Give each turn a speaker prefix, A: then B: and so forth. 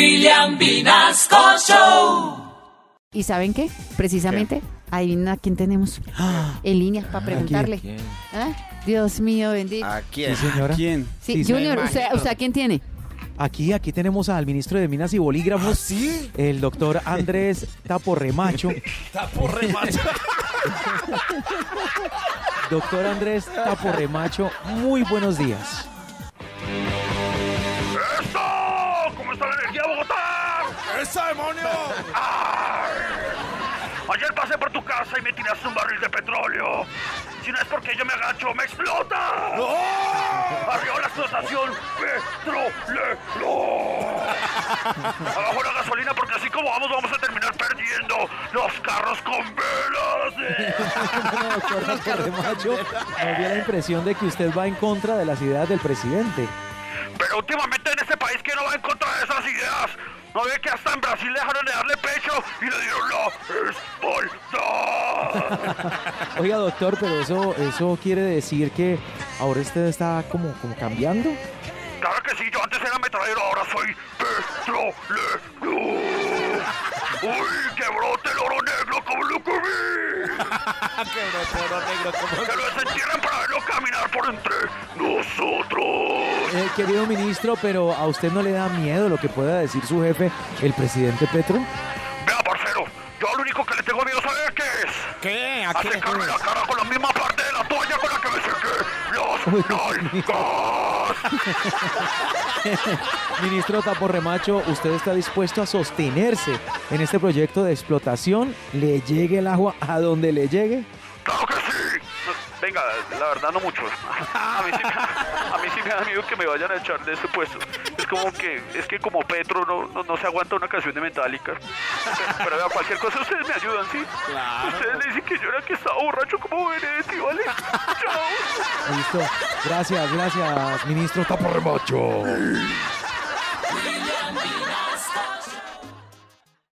A: William Vinasco Show.
B: ¿Y saben qué? Precisamente, adivinen a quién tenemos en línea para preguntarle. ¿Ah? Dios mío, bendito.
C: ¿A quién?
D: Sí, señora.
E: ¿Quién?
B: Sí,
D: sí,
B: Junior,
C: Ah, me
B: ¿usted,
C: imagino.
B: ¿usted a quién tiene?
D: Aquí, aquí tenemos al ministro de Minas y Bolígrafos,
C: ¿Sí?
D: el doctor Andrés Taporremacho. Doctor Andrés Taporremacho, muy buenos días.
F: ¿Cómo está la energía, Bogotá?
C: ¡Esa demonio!
F: Ayer pasé por tu casa y me tiraste un barril de petróleo. Si no es porque yo me agacho, ¡me explota! Arriba la explotación petrolero. Abajo la gasolina porque así como vamos, vamos a terminar perdiendo los carros con velas. eh.
D: Doctor Taporremacho, me dio la impresión de que usted va en contra de las ideas del presidente.
F: Pero últimamente en este país que no va en contra de esas ideas. No ve que hasta en Brasil dejaron de darle pecho y le dieron la espalda.
D: Oiga, doctor, pero eso, eso quiere decir que ahora usted está como, como cambiando.
F: Claro que sí, yo antes era metrallero, ahora soy petrolero. Uy, que brote el oro negro como lo comí. Que lo desentierren para verlo caminar por entre nosotros.
D: Eh, querido ministro, pero ¿a usted no le da miedo lo que pueda decir su jefe, el presidente Petro?
F: Vea, parcero, yo lo único que le tengo miedo, ¿sabes qué es?
C: ¿Qué? ¿A qué?
F: Acercarme la cara con la misma parte de la toalla con la que me sequé los nalgas.
D: Ministro Taporremacho, ¿usted está dispuesto a sostenerse en este proyecto de explotación? ¿Le llegue el agua a donde le llegue?
F: ¡Claro que sí! Venga, la verdad no mucho. A mí, sí, me- a mí sí me da miedo que me vayan a echar de este puesto. Es como que, es que como Petro no, no, no se aguanta una canción de Metallica. Pero, pero vea, cualquier cosa ustedes me ayudan, ¿sí? Ustedes le dicen que yo era el que estaba borracho como Benedetti, ¿vale? ¡Chao!
D: Listo. Gracias, gracias, ministro Taporremacho.